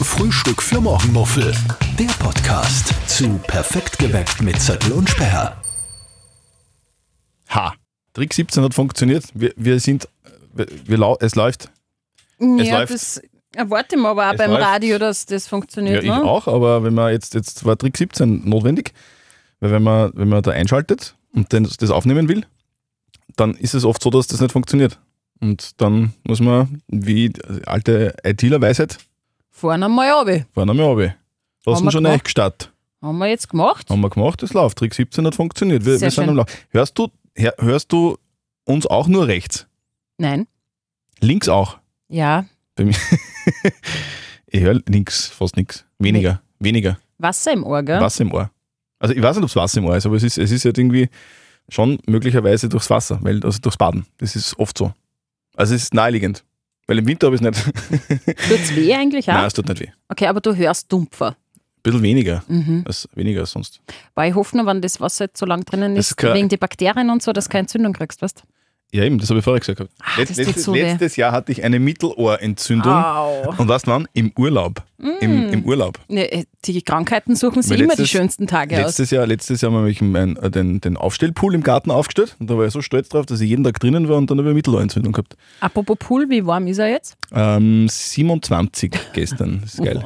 Frühstück für Morgenmuffel. Der Podcast zu Perfekt geweckt mit Zettel und Sperr. Ha! Trick 17 hat funktioniert. Wir, wir sind, wir, wir, lau- es läuft. Es Ja, läuft. das erwarte ich aber auch Es beim läuft. Radio, dass das Ja, funktioniert. ich ne? auch, aber wenn man jetzt, jetzt war Trick 17 notwendig, weil wenn man, wenn man da einschaltet und dann das aufnehmen will, dann ist es oft so, dass das nicht funktioniert. Und dann muss man, wie alte ITler-Weisheit, Fahren einmal runter. fahren einmal runter. Haben Lassen wir schon gemacht. eingestartet. Haben wir jetzt gemacht? Haben wir gemacht, das läuft. Trick 17 hat funktioniert. Wir, Sehr wir sind schön. am Lauf. Hörst du, hör, hörst du uns auch nur rechts? Nein. Links auch? Ja. Ich höre links fast nichts. Weniger, weniger. Wasser im Ohr, gell? Wasser im Ohr. Also ich weiß nicht, ob es Wasser im Ohr ist, aber es ist, es ist halt irgendwie schon möglicherweise durchs Wasser, weil, also durchs Baden. Das ist oft so. Also es ist naheliegend. Weil im Winter habe ich es nicht. Tut's weh eigentlich auch? Nein, es tut nicht weh. Ein Okay, aber du hörst dumpfer. bisschen weniger. Mhm. Als, weniger als sonst. Weil ich hoffe nur, wenn das Wasser jetzt so lang drinnen Das ist, kann- wegen die Bakterien und so, dass du keine Entzündung kriegst, weißt Ja, eben, das habe ich vorher gesagt. gehabt. Ah, Letz- das tut letztes, so weh. Ah. letztes Jahr hatte ich eine du? Mittelohrentzündung. Au. Und weißt du wann? Im Urlaub. Mm. Im, Im Urlaub. Ne, Die Krankheiten suchen sich Weil immer die letztes- schönsten Tage aus. Letztes Jahr, letztes Jahr habe ich mein, äh, den, den Aufstellpool im Garten aufgestellt und da war ich so stolz drauf, dass ich jeden Tag drinnen war und dann habe ich Mittelohrentzündung gehabt. Apropos Pool, wie warm ist er jetzt? Ähm, 27 gestern, das ist geil.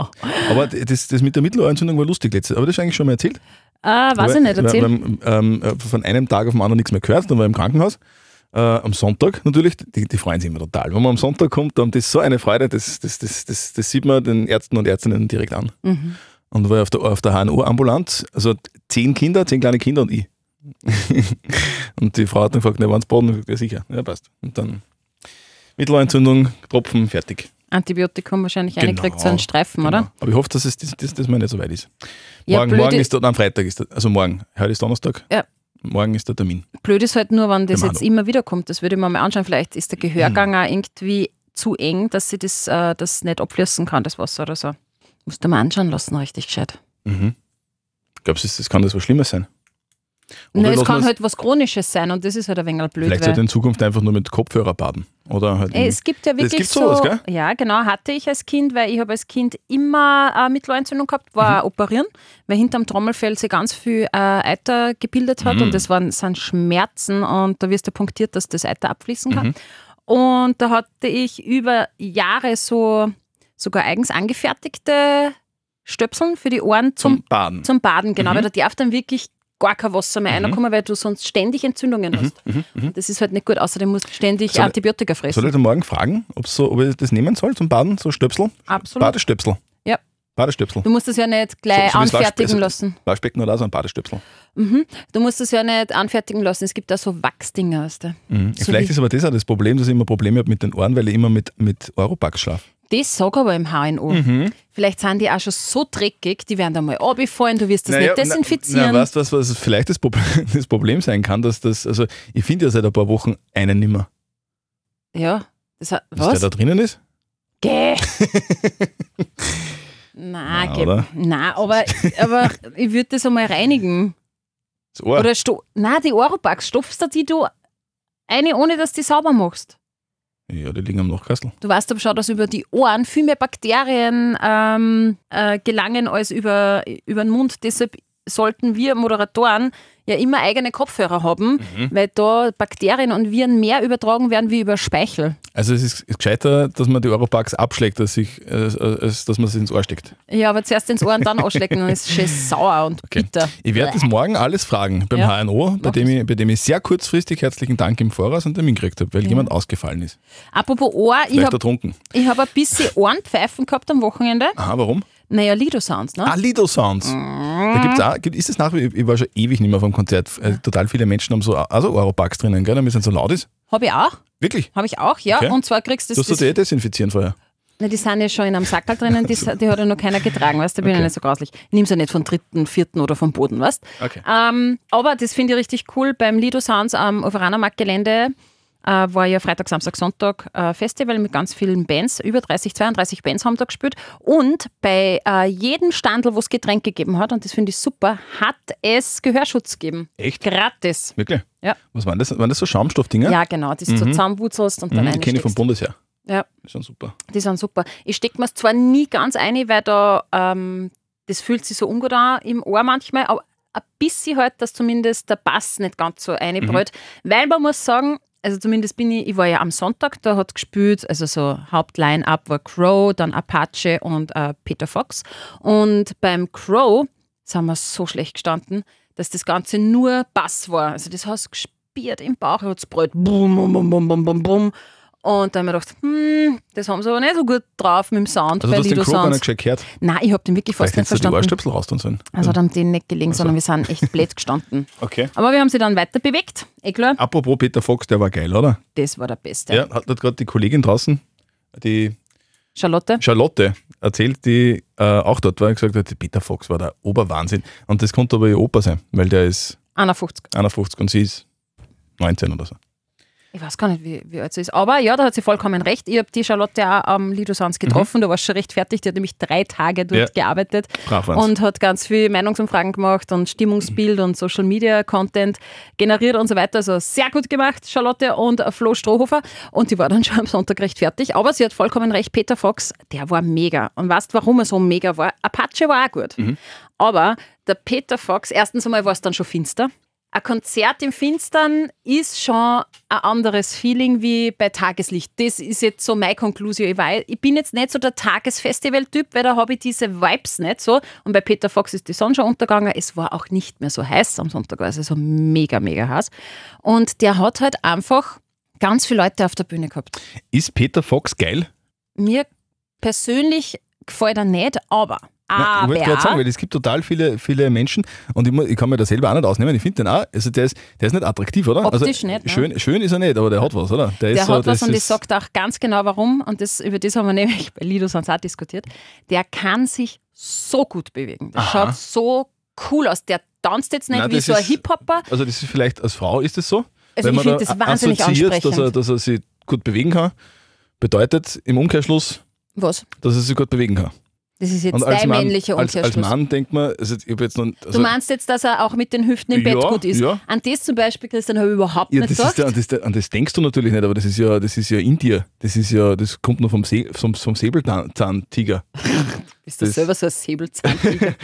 Aber d- das, das mit der Mittelohrentzündung war lustig letztes Aber das ist eigentlich schon mal erzählt. Ah, weiß ich nicht, erzähl. Wir, wir haben, ähm, äh, von einem Tag auf den anderen nichts mehr gehört, dann war ich im Krankenhaus. Äh, am Sonntag natürlich, die, die freuen sich immer total. Wenn man am Sonntag kommt, dann ist so eine Freude, das, das, das, das, das sieht man den Ärzten und Ärztinnen direkt an. Mhm. Und da war ich auf der, auf der HNO-Ambulanz, also zehn Kinder, zehn kleine Kinder und ich. und die Frau hat dann gefragt, ne, waren's Boden? Ich hab gesagt, Ja, sicher, ja, passt. Und dann Mittelohrentzündung, Tropfen, fertig. Antibiotikum wahrscheinlich eine Genau. kriegt so einen Streifen, Genau. oder? Aber ich hoffe, dass es das, das, das mal nicht so weit ist. Ja, morgen, blöd morgen ist- ist dort, am Freitag ist dort, also morgen, heute ist Donnerstag. Ja. Morgen ist der Termin. Blöd ist halt nur, wenn das Beim jetzt Manu. immer wieder kommt. Das würde ich mir mal anschauen. Vielleicht ist der Gehörgang auch irgendwie zu eng, dass sie das, äh, das nicht abfließen kann, das Wasser oder so. Musst du mal anschauen lassen, richtig gescheit. Mhm. Glaubst du, das kann das was Schlimmes sein? Nein, es lassen kann wir's- halt was Chronisches sein und das ist halt ein wenig blöd. vielleicht weil- halt in Zukunft einfach nur mit Kopfhörer baden. Oder halt Ey, Äh, es gibt ja Das wirklich gibt sowas, so. gell? Ja, genau, hatte ich als Kind, weil ich habe als Kind immer äh, Mittelohrentzündung gehabt, war Mhm. operieren, weil hinterm Trommelfell sich ganz viel äh, Eiter gebildet hat Mhm. und das waren, sind Schmerzen und da wirst du punktiert, dass das Eiter abfließen kann. Mhm. Und da hatte ich über Jahre so sogar eigens angefertigte Stöpseln für die Ohren zum, zum Mhm. Baden. zum Baden, genau, weil da darf dann wirklich gar kein Wasser mehr reinkommen, weil du sonst ständig Entzündungen Mhm. hast. Das ist halt nicht gut, außerdem musst du ständig Soll- Antibiotika fressen. soll ich dann morgen fragen, ob, so, ob ich das nehmen soll zum Baden? So Stöpsel? Absolut. Badestöpsel. Ja. Badestöpsel. Du musst es ja nicht gleich So- Also- so wie das anfertigen Waschbe- lassen. Waschbecken oder so ein Badestöpsel. Du musst es ja nicht anfertigen lassen. Es gibt da so Wachsdinger, weißt du. Mhm. So Vielleicht wie- ist aber das auch das Problem, dass ich immer Probleme habe mit den Ohren, weil ich immer mit, mit Europax schlafe. Das sag aber im HNO. Mhm. Vielleicht sind die auch schon so dreckig, die werden da mal abgefallen, du wirst das nicht desinfizieren. Na, na, weißt du, was, was vielleicht das Problem, das Problem sein kann, dass das, also ich finde ja seit ein paar Wochen einen nimmer. ja, das hat, Dass der was? da drinnen ist? Geh! Nein, Na, geh. oder? Nein, aber, aber ich würde das einmal reinigen. Das Ohr. Oder sto Nein, die Oropax, stopfst du die du eine, ohne dass du die sauber machst. ja, die liegen am Nachkastel. Du weißt aber schon, dass über die Ohren viel mehr Bakterien ähm, äh, gelangen als über, über den Mund. Deshalb sollten wir Moderatoren ja immer eigene Kopfhörer haben, Mhm. weil da Bakterien und Viren mehr übertragen werden wie über Speichel. Also es ist, ist gescheiter, dass man die Europax abschlägt, als, ich, äh, als dass man sie ins Ohr steckt. Ja, aber zuerst ins Ohr und dann ausschlecken, dann ist es schön sauer und Okay. bitter. Ich werde das morgen alles fragen beim Ja. HNO, bei Mach dem, das. ich, bei dem ich sehr kurzfristig herzlichen Dank im Voraus einen Termin gekriegt habe, weil jemand ausgefallen ist. Apropos Ohr, ich Vielleicht habe ertrunken. hab ein bisschen Ohrenpfeifen gehabt am Wochenende. Aha, warum? Naja, Lido-Sounds, ne? Ah, Lido Sounds. Da gibt's auch, gibt, ist das nach wie ich war schon ewig nicht mehr vom Konzert. Äh, total viele Menschen haben so also Europax drinnen, gell, damit es nicht so laut ist. Habe ich auch. Wirklich? Habe ich auch, ja. Okay. Und zwar kriegst du Du das, hast das das eh desinfizieren vorher. Na, die sind ja schon in einem Sackerl drinnen, die, die hat ja noch keiner getragen, weißt du, da bin ich Okay. nicht so grauslich. Ich nehme sie ja nicht von dritten, vierten oder vom Boden, weißt Okay. ähm, Aber das finde ich richtig cool. Beim Lido Sounds am Overanermarkt-Gelände äh, war ja Freitag, Samstag, Sonntag äh, Festival mit ganz vielen Bands. Über 30, 32 Bands haben da gespielt. Und bei äh, jedem Standel, wo es Getränk gegeben hat, und das finde ich super, hat es Gehörschutz gegeben. Echt? Gratis. Wirklich? Ja. Was waren das? Waren das so Schaumstoffdinger? Ja, genau, das du zusammenwutzelst und dann Mhm, die kenne ich vom einsteckst. Bundesheer. Ja. Ist schon super. Also Die sind super. Ich stecke mir es zwar nie ganz ein, weil da ähm, das fühlt sich so ungut an im Ohr manchmal, aber ein bisschen halt, dass zumindest der Bass nicht ganz so einbrüllt. Mhm. Weil man muss sagen, also zumindest bin ich, ich war ja am Sonntag, da hat gespielt, also so Hauptline-Up war Crow, dann Apache und äh, Peter Fox. Und beim Crow sind wir so schlecht gestanden, dass das Ganze nur Bass war. Also das hast du gespielt im Bauch, hat es brüllt, bum, bum, bum, bum, bum, bum, bum. Und dann habe ich gedacht, hm, das haben sie aber nicht so gut drauf mit dem Sound Also, bei du hast den Lido Crow gar Sounds. nicht gescheit gehört. Nein, ich habe den wirklich fast Vielleicht nicht hättest du die verstanden. Ohrstöpsel raus tun sollen. Hm. Also hat am denen nicht gelegen, sondern Also. wir sind echt blöd gestanden. Okay. Aber wir haben sie dann weiter bewegt. Eh klar, Apropos Peter Fox, der war geil, oder? das war der Beste. Ja, hat dort gerade die Kollegin draußen, die Charlotte, Charlotte erzählt, die äh, auch dort war, gesagt hat, Peter Fox war der Oberwahnsinn. Und das konnte aber ihr Opa sein, weil der ist 51. 51 und sie ist 19 oder so. Ich weiß gar nicht, wie, wie alt sie ist. Aber ja, da hat sie vollkommen recht. Ich habe die Charlotte auch am Lido Sounds getroffen. Da war sie schon recht fertig. Die hat nämlich drei Tage dort Mhm. Ja. gearbeitet Brav waren's. und hat ganz viel Meinungsumfragen gemacht und Stimmungsbild und Social Media Content generiert und so weiter. Also sehr gut gemacht, Charlotte und Flo Strohhofer. Und die war dann schon am Sonntag recht fertig. Aber sie hat vollkommen recht. Peter Fox, der war mega. Und weißt, warum er so mega war? Apache war auch gut. Aber der Peter Fox, erstens einmal war es dann schon finster. Ein Konzert im Finstern ist schon ein anderes Feeling wie bei Tageslicht. Das ist jetzt so meine Konklusion. Ich, wei- ich bin jetzt nicht so der Tagesfestival-Typ, weil da habe ich diese Vibes nicht so. Und bei Peter Fox ist die Sonne schon untergegangen. Es war auch nicht mehr so heiß am Sonntag, also so mega, mega heiß. Und der hat halt einfach ganz viele Leute auf der Bühne gehabt. Ist Peter Fox geil? Mir persönlich gefällt er nicht, aber. Na, ich aber wollte gerade sagen, weil es gibt total viele, viele Menschen und ich, mu- ich kann mir das selber auch nicht ausnehmen. Ich finde den auch, also der ist, der ist nicht attraktiv, oder? Optisch also, nicht, ne? Schön, schön ist er nicht, aber der hat was, oder? Der so, hat was das und ich ist- sagt auch ganz genau warum, und das, über das haben wir nämlich bei Lido Sans auch diskutiert. Der kann sich so gut bewegen. Der Aha. schaut so cool aus. Der tanzt jetzt nicht Nein, wie das so ein ist- Hip-Hopper. Also das ist vielleicht als Frau ist es so. Also wenn ich man finde da das wahnsinnig assoziiert, dass er, ansprechend. dass er sich gut bewegen kann, bedeutet im Umkehrschluss, Was? dass er sich gut bewegen kann. Das ist jetzt Und als dein Mann, männlicher als, als Umkehrschluss. Mann denkt man, also ich habe jetzt noch, du also, meinst jetzt, dass er auch mit den Hüften im Bett Ja, gut ist? ja. An das zum Beispiel, Christian, habe ich überhaupt ja, nicht das ist gedacht. ja, an, das, an das denkst du natürlich nicht, aber das ist ja, das ist ja in dir. Das ist ja, das kommt nur vom, See, vom, vom Säbelzahntiger. Bist du Das- selber so ein Säbelzahntiger?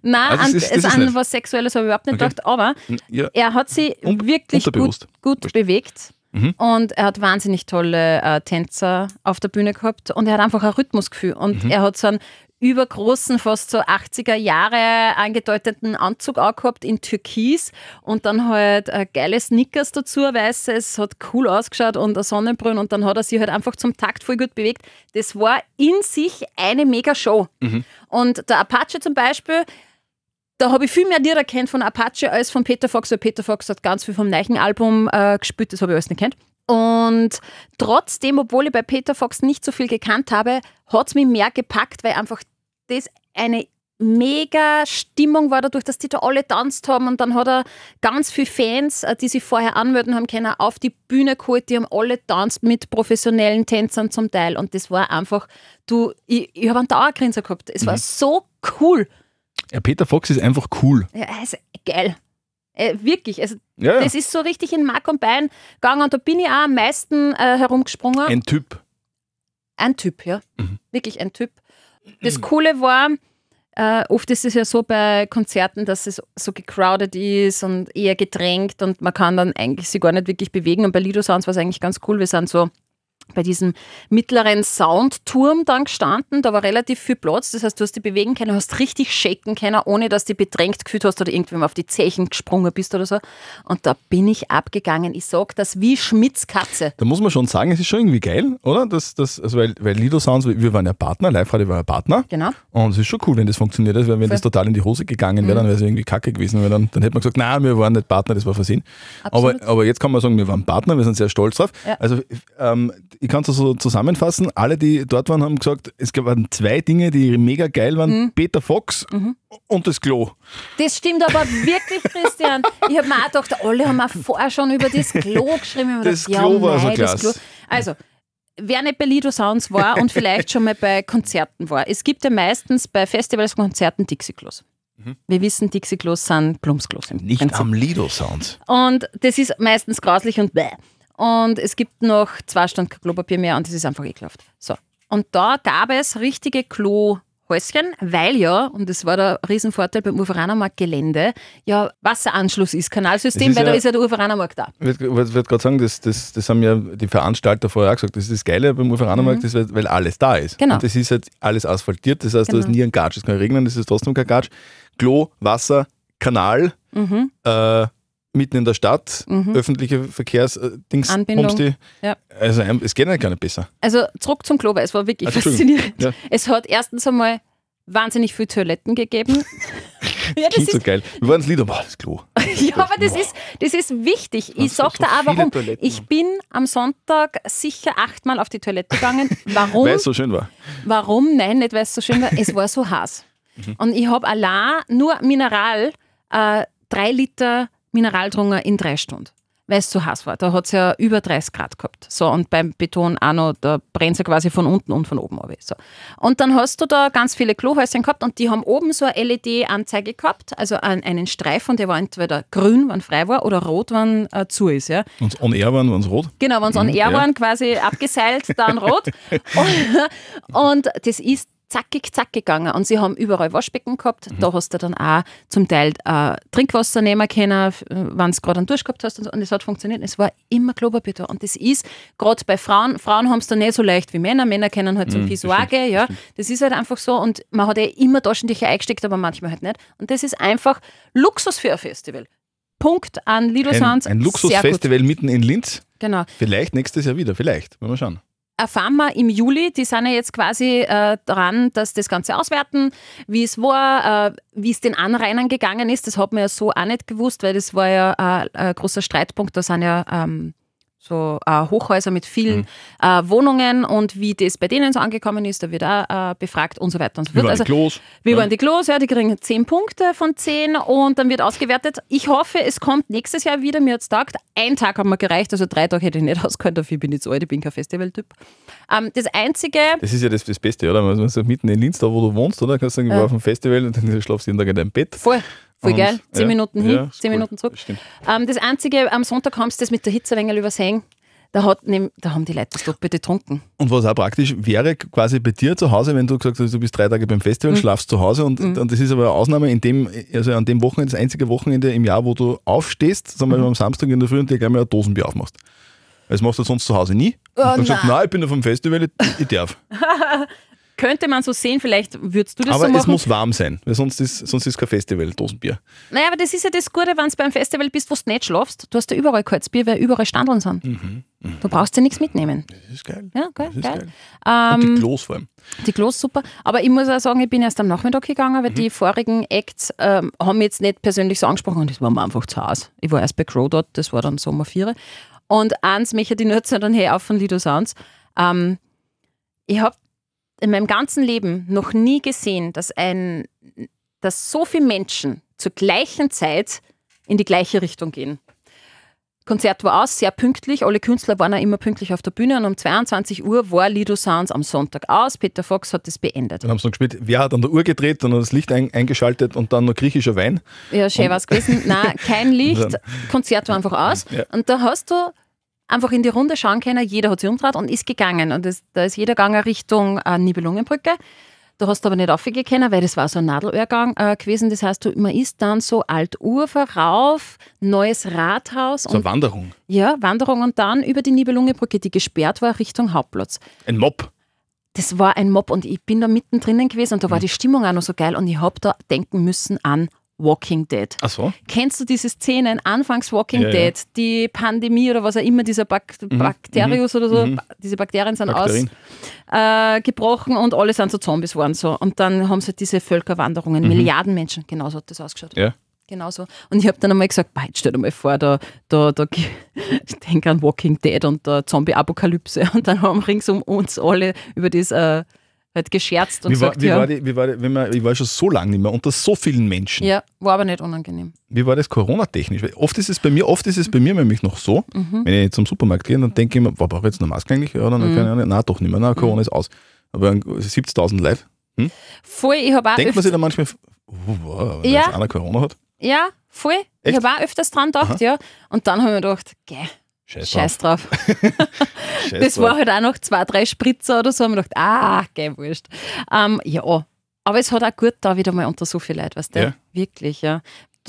Nein, Ah, das an, ist- das ist es- an nicht. was Sexuelles habe ich überhaupt nicht Okay. gedacht, aber Ja, er hat sie Un- wirklich gut, unterbewusst. Mhm. gut bewegt und er hat wahnsinnig tolle äh, Tänzer auf der Bühne gehabt und er hat einfach ein Rhythmusgefühl und Mhm. er hat so einen übergroßen, fast so 80er Jahre angedeuteten Anzug angehabt in Türkis und dann halt äh, geile Sneakers dazu, weiß es hat cool ausgeschaut und eine Sonnenbrille und dann hat er sich halt einfach zum Takt voll gut bewegt. Das war in sich eine mega Show. Mhm. Und der Apache zum Beispiel, da habe ich viel mehr Lieder erkannt von Apache als von Peter Fox, weil Peter Fox hat ganz viel vom neuen Album äh, gespielt, das habe ich alles nicht kennt. Und trotzdem, obwohl ich bei Peter Fox nicht so viel gekannt habe, hat es mich mehr gepackt, weil einfach das eine mega Stimmung war dadurch, dass die da alle tanzt haben und dann hat er ganz viele Fans, äh, die sich vorher anmelden haben können, auf die Bühne geholt, die haben alle tanzt mit professionellen Tänzern zum Teil und das war einfach, du, ich, ich habe einen Dauergrinser gehabt, es war so cool. ja, Peter Fox ist einfach cool. Ja, also, geil. Äh, wirklich, also Ja, ja. das ist so richtig in Mark und Bein gegangen und da bin ich auch am meisten äh, herumgesprungen. Ein, ein Typ. Typ, ja. Wirklich ein Typ. Das Coole war, äh, oft ist es ja so bei Konzerten, dass es so gecrowded ist und eher gedrängt und man kann dann eigentlich sich gar nicht wirklich bewegen. Und bei Lido Sounds war es eigentlich ganz cool. Wir sind so bei diesem mittleren Soundturm dann gestanden. Da war relativ viel Platz. Das heißt, du hast dich bewegen können, hast richtig shaken können, ohne dass du dich bedrängt gefühlt hast oder irgendwem auf die Zechen gesprungen bist oder so. Und da bin ich abgegangen. Ich sag das wie Schmitz Katze. Da muss man schon sagen, es ist schon irgendwie geil, oder? Das, das, also weil, weil Lido Sounds, wir waren ja Partner, Live-Radio war ja Partner. Genau. Und es ist schon cool, wenn das funktioniert ist, weil wenn das total in die Hose gegangen Mhm. wäre, dann wäre es irgendwie kacke gewesen. Weil dann, dann hätte man gesagt, nein, wir waren nicht Partner, das war versehen. Aber, Absolut. aber jetzt kann man sagen, wir waren Partner, wir sind sehr stolz drauf. Ja. Also ähm, ich kann es so zusammenfassen, alle, die dort waren, haben gesagt, es gab waren zwei Dinge, die mega geil waren. Mhm. Peter Fox und das Klo. Das stimmt aber wirklich, Christian. Ich habe mir auch gedacht, alle haben auch vorher schon über das Klo geschrieben. Ich hab mir Das gedacht, Klo war so das klasse. Klo. Also, wer nicht bei Lido Sounds war und vielleicht schon mal bei Konzerten war, es gibt ja meistens bei Festivals und Konzerten Dixie-Klos. Mhm. Wir wissen, Dixie-Klos sind Plumpsklos. im Prinzip. Lido Sounds. Und das ist meistens grauslich und bäh. Und es gibt noch zwei Stunden kein Klopapier mehr und das ist einfach ekelhaft. So. Und da gab es richtige Klohäuschen, weil ja, und das war der Riesenvorteil beim Uferanermarkt-Gelände, ja Wasseranschluss ist, Kanalsystem, Es ist weil da ja- ist ja der Uferanermarkt da. Ich würde würd gerade sagen, das, das, das haben ja die Veranstalter vorher auch gesagt, das ist das Geile beim Uferanermarkt, ist, weil, weil alles da ist. Mhm. Genau. Und das ist jetzt alles asphaltiert, das heißt, da ist Genau. nie ein Gatsch, es kann regnen, es ist trotzdem kein Gatsch. Klo, Wasser, Kanal, Mhm. äh, mitten in der Stadt, Mhm. öffentliche Verkehrsdings, Anbindung. Homsti. Ja. Also ein- es geht eigentlich gar nicht besser. Also zurück zum Klo, weil es war wirklich Ah, Entschuldigung. faszinierend. Ja. Es hat erstens einmal wahnsinnig viele Toiletten gegeben. ja, das Klingt so ist, geil. Wir waren das Lied, boah, das Klo. ja, aber das Boah. ist, das ist wichtig. waren Ich so- sag so dir auch viele warum. Toiletten. Ich bin am Sonntag sicher achtmal auf die Toilette gegangen. Warum? Weil es so schön war. Warum? Nein, nicht weil es so schön war. Es war so heiß. Und ich habe allein nur Mineral, äh, drei Liter Mineral getrunken in drei Stunden. Weil es so heiß war. Da hat es ja über 30 Grad gehabt. So, und beim Beton auch noch, da brennt es ja quasi von unten und von oben ab. So. Und dann hast du da ganz viele Klohäuschen gehabt und die haben oben so eine LED-Anzeige gehabt, also an, einen Streifen, der war entweder grün, wenn frei war, oder rot, wenn äh, zu ist. Ja? Und on air waren, waren es rot. Genau, wenn sie on air Mhm, ja. waren, quasi abgeseilt, dann rot. Und, und das ist zackig, zack gegangen. Und sie haben überall Waschbecken gehabt. Mhm. Da hast du dann auch zum Teil äh, Trinkwasser nehmen können, wenn es gerade einen Dusch gehabt hast. Und, so. und es hat funktioniert. Es war immer Klopapier da. Und das ist gerade bei Frauen, Frauen haben es da nicht so leicht wie Männer. Männer können halt Mhm, zum Pissoir gehen. Ja. Das ist halt einfach so. Und man hat ja immer Taschentücher eingesteckt, aber manchmal halt nicht. Und das ist einfach Luxus für ein Festival. Punkt an Lido Ein, Sounds. ein Sehr gut. Luxusfestival mitten in Linz. Genau. Vielleicht nächstes Jahr wieder, vielleicht. Mal schauen. erfahren wir im Juli, die sind ja jetzt quasi äh, dran, dass das Ganze auswerten, wie es war, äh, wie es den Anrainern gegangen ist. Das hat man ja so auch nicht gewusst, weil das war ja äh, ein großer Streitpunkt. Da sind ja ähm, so äh, Hochhäuser mit vielen äh, Wohnungen und wie das bei denen so angekommen ist, da wird auch äh, befragt und so weiter und so Wir waren fort. Also, Klos. wir waren die Klos, ja, die kriegen 10 Punkte von 10 und dann wird ausgewertet. Ich hoffe, es kommt nächstes Jahr wieder. Mir hat es taugt. Ein Tag hat mir gereicht, also drei Tage hätte ich nicht ausgehört, dafür bin ich zu alt, ich bin kein Festival-Typ. Ähm, das Einzige, Das ist ja das, das Beste, oder? Wenn du mitten in Linz, da wo du wohnst, oder? Kannst du sagen, ich war auf dem Festival und dann schlafst du jeden Tag in deinem Bett. voll, voll Und- geil, 10 ja, Minuten ja, hin, ist 10 cool. Minuten zurück. Das stimmt. Ähm, das Einzige, am Sonntag haben sie das mit der Hitze ein wenig übersehen. Da, hat, nehm, da haben die Leute das Doppelte getrunken. Und was auch praktisch wäre, quasi bei dir zu Hause, wenn du gesagt hast, du bist drei Tage beim Festival, Mhm. schlafst zu Hause und, und das ist aber eine Ausnahme, in dem, also an dem Wochenende, das einzige Wochenende im Jahr, wo du aufstehst, zum Mhm. Beispiel am Samstag in der Früh und dir gleich mal ein Dosenbier aufmachst. Das machst du sonst zu Hause nie. Oh, und dann nein. sagst du, nein, ich bin auf dem Festival, ich, ich darf. Könnte man so sehen, vielleicht würdest du das aber so es machen. muss warm sein, weil sonst ist, sonst ist kein Festival, Dosenbier. Naja, aber das ist ja das Gute, wenn du beim Festival bist, wo du nicht schlafst. Du hast ja überall kaltes Bier, weil überall Standeln sind. Mhm, Du brauchst ja nichts mitnehmen. Das ist geil. Ja, geil, Das ist geil. geil. Ähm, Und die Klos vor allem. die Klos super. Aber ich muss auch sagen, ich bin erst am Nachmittag gegangen, Mhm. weil die vorigen Acts ähm, haben mich jetzt nicht persönlich so angesprochen und das war mir einfach zu heiß. Ich war erst bei Crow dort, das war dann Sommer 4. Und eins möchte die Nutzer dann hey auf von Lido Sounds. Ähm, ich habe in meinem ganzen Leben noch nie gesehen, dass, ein, dass so viele Menschen zur gleichen Zeit in die gleiche Richtung gehen. Konzert war aus, sehr pünktlich. Alle Künstler waren auch immer pünktlich auf der Bühne und um 22 Uhr war Lido Sounds am Sonntag aus. Peter Fox hat es beendet. Dann haben sie noch gespielt, wer hat an der Uhr gedreht, dann hat das Licht ein, eingeschaltet und dann noch griechischer Wein. Ja, schön war es gewesen. Nein, kein Licht. Dann- Konzert war einfach aus. Ja. Und da hast du einfach in die Runde schauen können, jeder hat sich umgedreht und ist gegangen. Und das, da ist jeder gegangen Richtung äh, Nibelungenbrücke. Da hast du aber nicht aufgehen können, weil das war so ein Nadelöhrgang äh, gewesen. Das heißt, du, man ist dann so Alt-Ufer rauf, neues Rathaus So eine und Wanderung. ja, Wanderung und dann über die Nibelungenbrücke, die gesperrt war, Richtung Hauptplatz Ein Mob. das war ein Mob und ich bin da mittendrin gewesen und da Mhm. war die Stimmung auch noch so geil und ich habe da denken müssen an Walking Dead. Ach so. Kennst du diese Szenen, anfangs Walking Ja, ja. Dead, die Pandemie oder was auch immer, dieser Bak Bakterius oder so, ba- diese Bakterien sind mhm, Bakterien. ausgebrochen äh, gebrochen und alle sind so Zombies geworden. So. Und dann haben sie halt diese Völkerwanderungen, Milliarden Menschen, genauso hat das ausgeschaut. Mhm. Ja. Genau so. Und ich habe dann einmal gesagt, "Bah, jetzt stell dir mal vor, da, da, da ge- ich denke an Walking Dead und äh, Zombie-Apokalypse. Und dann haben rings um uns alle über das äh, halt gescherzt und Wie war, gesagt, wie ja, war, die, wie war, die, wenn man, ich war schon so lange nicht mehr unter so vielen Menschen. ja, war aber nicht unangenehm. Wie war das Corona-technisch? Weil Oft ist es bei mir, oft ist es bei mir nämlich noch so, Mhm. wenn ich zum Supermarkt gehe, dann denke ich mir, boah, brauche ich jetzt eine Maske eigentlich? Ja, dann keine Mhm. Ahnung. Nein, doch nicht mehr. Nein, Corona ist aus. Aber 70.000 live. Voll, ich habe auch Denkt man öfters, sich dann manchmal, oh, wow, wenn Ah, Ja. jetzt einer Corona hat? ja, voll. Ich Echt? habe auch öfters dran gedacht, ja. Und dann habe ich mir gedacht, geh, Scheiß drauf. Scheiß drauf. Scheiß Das drauf. war halt auch noch zwei, drei Spritzer oder so. Haben wir gedacht, ah, geh wurscht. Ähm, ja, aber es hat auch gut da wieder mal unter so viel Leute, weißt du? Ja. Wirklich, ja.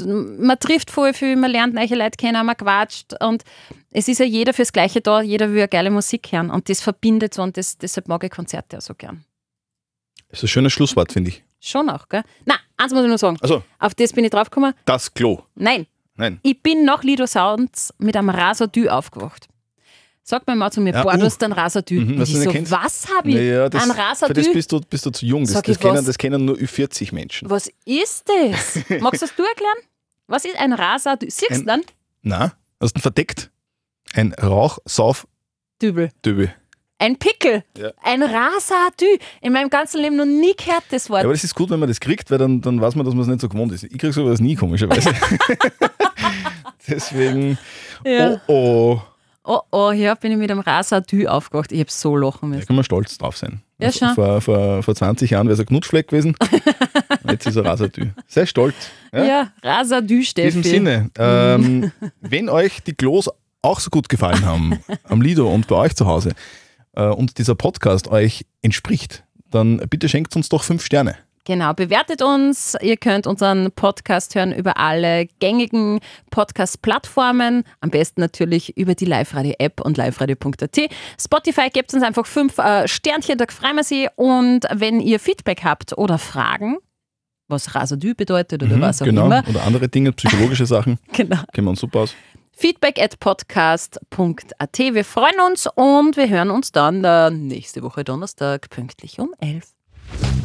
Man trifft voll viel, man lernt neue Leute kennen, man quatscht und es ist ja jeder fürs Gleiche da, jeder will eine geile Musik hören und das verbindet so und das, deshalb mag ich Konzerte auch so gern. Das ist ein schönes Schlusswort, finde ich. Schon auch, gell? Na, eins muss ich nur sagen, Also, auf das bin ich draufgekommen. das Klo. Nein, Nein. ich bin nach Lido Sounds mit einem Rasodü aufgewacht. Sagt mein Mann zu mir, Ja, boah, uh. du hast einen Rasodü. Mhm, und was ich du nicht so, kennst? was habe ich? ein für das Rasodü? bist du, bist du zu jung. Das, Sag das, ich kennen, was? das kennen nur 40 Menschen. Was ist das? Magst du das du erklären? Was ist ein Rasodü? Siehst du Ein- dann? Na, hast du ihn verdeckt? Ein Rauchsaufdübel. Dübel. Ein Pickel. Ja. Ein Rasodü. In meinem ganzen Leben noch nie gehört das Wort. Ja, aber das ist gut, wenn man das kriegt, weil dann, dann weiß man, dass man es nicht so gewohnt ist. Ich krieg sowas nie, komischerweise. Deswegen, Ja. oh oh, Oh, oh, ja, bin ich mit einem Rasodü aufgewacht. Ich habe so lachen da müssen. kann man stolz drauf sein. Also Ja, schon. Vor, vor, vor 20 Jahren wäre es ein Knutschfleck gewesen, jetzt ist er Rasertü. Sei stolz. Ja, Rasodü, In Steffi. diesem Sinne, Mhm. ähm, wenn euch die Klos auch so gut gefallen haben, am Lido und bei euch zu Hause, äh, und dieser Podcast euch entspricht, dann bitte schenkt uns doch fünf Sterne. Genau, bewertet uns. Ihr könnt unseren Podcast hören über alle gängigen Podcast-Plattformen. Am besten natürlich über die Live-Radio-App und liveradio.at. Spotify gebt uns einfach fünf äh, Sternchen, da freuen wir sie. Und wenn ihr Feedback habt oder Fragen, was Rasodü bedeutet oder was auch genau. immer, Oder andere Dinge, psychologische Sachen, genau. kennen wir uns super aus. Feedback at podcast.at. Wir freuen uns und wir hören uns dann äh, nächste Woche Donnerstag pünktlich um 11.